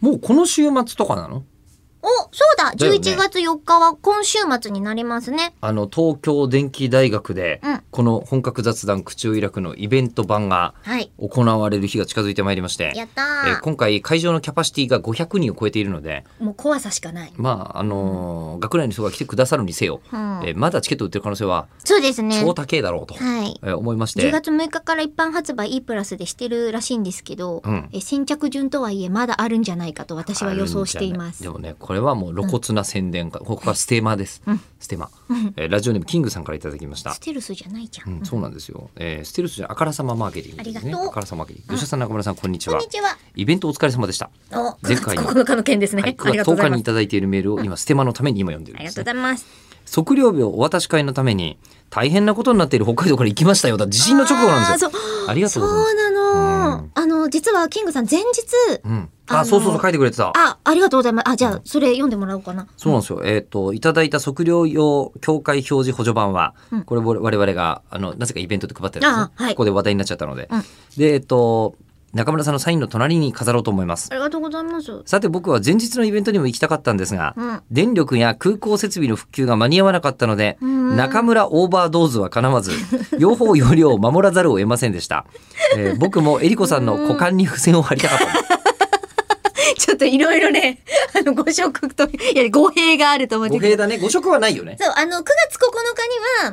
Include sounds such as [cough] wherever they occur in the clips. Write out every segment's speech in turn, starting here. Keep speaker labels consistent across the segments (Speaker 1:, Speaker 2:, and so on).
Speaker 1: もうこの週末とかなの
Speaker 2: お、そうだ
Speaker 1: だよね
Speaker 2: !11 月4日は今週末になりますね。
Speaker 1: あの東京電機大学で、
Speaker 2: うん
Speaker 1: この本格雑談口を開くのイベント版が
Speaker 2: はい。
Speaker 1: 行われる日が近づいてまいりまして、
Speaker 2: やった
Speaker 1: えー
Speaker 2: ー。
Speaker 1: 今回会場のキャパシティが500人を超えているので、
Speaker 2: もう怖さしかない。
Speaker 1: まああのー学内の人が来てくださるにせよ、
Speaker 2: うん
Speaker 1: えーまだチケット売ってる可能性は
Speaker 2: そうですね。
Speaker 1: 超高えだろうと、
Speaker 2: はい。
Speaker 1: えー思いまして
Speaker 2: 10月6日から一般発売 E プラスでしてるらしいんですけど、
Speaker 1: うん
Speaker 2: え先着順とはいえまだあるんじゃないかと私は予想しています。
Speaker 1: でもねこれはもう露骨な宣伝か、ここはステマです、ステマ、えーラジオネームキングさんからいただきました
Speaker 2: ステルスじゃないじゃん。
Speaker 1: うん、そうなんですよ、えーステルスじゃあからさまマーケティングです
Speaker 2: あり
Speaker 1: ね
Speaker 2: がとう
Speaker 1: あからさまマーケティング吉田さん中村さんこんにち
Speaker 2: こん
Speaker 1: は
Speaker 2: にちは。
Speaker 1: イベントお疲れ様でした、
Speaker 2: お、9
Speaker 1: 前
Speaker 2: 月
Speaker 1: 回の
Speaker 2: 9日の件ですね。
Speaker 1: はい、
Speaker 2: あり
Speaker 1: 9月
Speaker 2: がとうご
Speaker 1: 10
Speaker 2: ざ
Speaker 1: 日
Speaker 2: いま
Speaker 1: に
Speaker 2: す
Speaker 1: い。ただいているメールを今ステマのために今読んでる
Speaker 2: あ
Speaker 1: ん
Speaker 2: り
Speaker 1: で
Speaker 2: が
Speaker 1: す、
Speaker 2: とうご
Speaker 1: ね、
Speaker 2: ざいます。
Speaker 1: 測量病お渡し会のために大変なことになっている北海道から行きましたよだ地震の直後なんですよ
Speaker 2: あーそう
Speaker 1: ありがとうございます
Speaker 2: そうなの、
Speaker 1: うん
Speaker 2: あの、実はキングさん前日、
Speaker 1: うん、
Speaker 2: あの
Speaker 1: あ、
Speaker 2: ー
Speaker 1: そうそうそう書いてくれてた。
Speaker 2: あ、ありがとうございます。あ、じゃあ、それ読んでもらおうかな。
Speaker 1: そうなんですよ。えっ、と、いただいた測量用協会表示補助版は、
Speaker 2: うん
Speaker 1: これ我々が、あの、なぜかイベントで配ってたんですね
Speaker 2: あ。はい
Speaker 1: ここで話題になっちゃったので。
Speaker 2: うん
Speaker 1: で、えっ、と、中村さんのサインの隣に飾ろうと思います。
Speaker 2: ありがとうございます。う
Speaker 1: さて僕は前日のイベントにも行きたかったんですが、
Speaker 2: ん。
Speaker 1: 電力や空港設備の復旧が間に合わなかったので、
Speaker 2: うん
Speaker 1: 中村オーバードーズはかなわず、両方要領を守らざるを得ませんでした。えー僕もえりこさんの股間に付箋を貼りたか
Speaker 2: [laughs]
Speaker 1: ったです。
Speaker 2: [laughs] ちょっといろいろね、あの、ご職と、いや、語弊があると思って。
Speaker 1: 語弊だね。誤色はないよね。
Speaker 2: そう、あの、9月9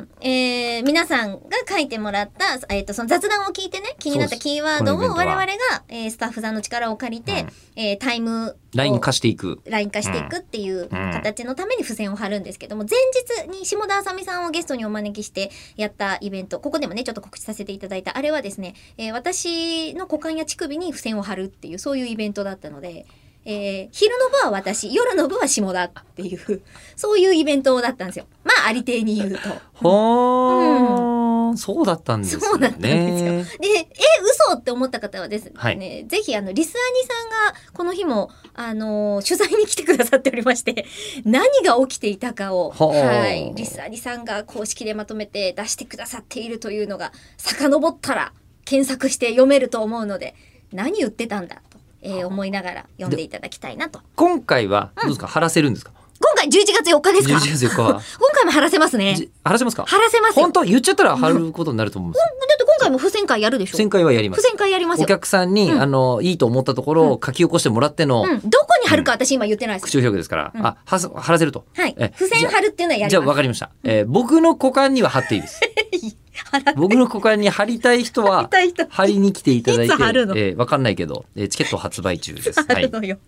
Speaker 2: 日には、えー、皆さんが書いてもらった、えっ、と、その雑談を聞いてね、気になっ
Speaker 1: そ
Speaker 2: た
Speaker 1: うです
Speaker 2: キーワードを
Speaker 1: このイベントは
Speaker 2: 我々が、えー、スタッフさんの力を借りて、えー、タイムを、
Speaker 1: ライン化していく。
Speaker 2: ライン化していくっていう形のために付箋を貼るんですけども、前日に下田あさみさんをゲストにお招きしてやったイベント、ここでもね、ちょっと告知させていただいた、あれはですね、えー私の股間や乳首に付箋を貼るっていう、そういうイベントだったので、えー昼の部は私、夜の部は下田っていう、そういうイベントだったんですよ。まあ、ありていに言うと。
Speaker 1: ほー、そうだったんですよね。
Speaker 2: そうだったんですよ。で、え、嘘って思った方はですね、
Speaker 1: はい
Speaker 2: ぜひ、あの、リスアニさんが、この日も、あのー、取材に来てくださっておりまして、 [laughs] 何が起きていたかを、
Speaker 1: ほう
Speaker 2: はい、リスアニさんが公式でまとめて出してくださっているというのが、遡ったら、検索して読めると思うので、何言ってたんだと、えー思いながら読んでいただきたいなと。
Speaker 1: 今回は、どうですか、晴らせるんですか
Speaker 2: 今回11月4日ですか
Speaker 1: ?11 月4日は。
Speaker 2: [laughs] 今回も晴らせますね。
Speaker 1: じ晴らせますか
Speaker 2: 晴らせますよ。
Speaker 1: 本当言っちゃったら晴ることになると思うんですよ。
Speaker 2: だって今回も不戦会やるでしょ
Speaker 1: 不。戦会はやりま
Speaker 2: 不
Speaker 1: す。
Speaker 2: 戦会やります
Speaker 1: お
Speaker 2: よ。
Speaker 1: 客さんに、あの、いいと思ったところを書き起こしてもらっての、
Speaker 2: うん、どこに貼るか私今言ってないです。
Speaker 1: 口を開くですから、あ、はす、晴らせると。
Speaker 2: はい
Speaker 1: え。
Speaker 2: 付箋貼るっていうのはや
Speaker 1: じゃ
Speaker 2: り
Speaker 1: あ
Speaker 2: ま [laughs]
Speaker 1: 分かりました。えー僕の股間には貼っていいです。
Speaker 2: す。貼ら
Speaker 1: 僕の股間に貼りたい人は
Speaker 2: [laughs] たい人、
Speaker 1: 貼りに来ていただいて、
Speaker 2: いつ貼るの [laughs]
Speaker 1: えーわかんないけど、えーチケット発売中です。
Speaker 2: 貼るのよ。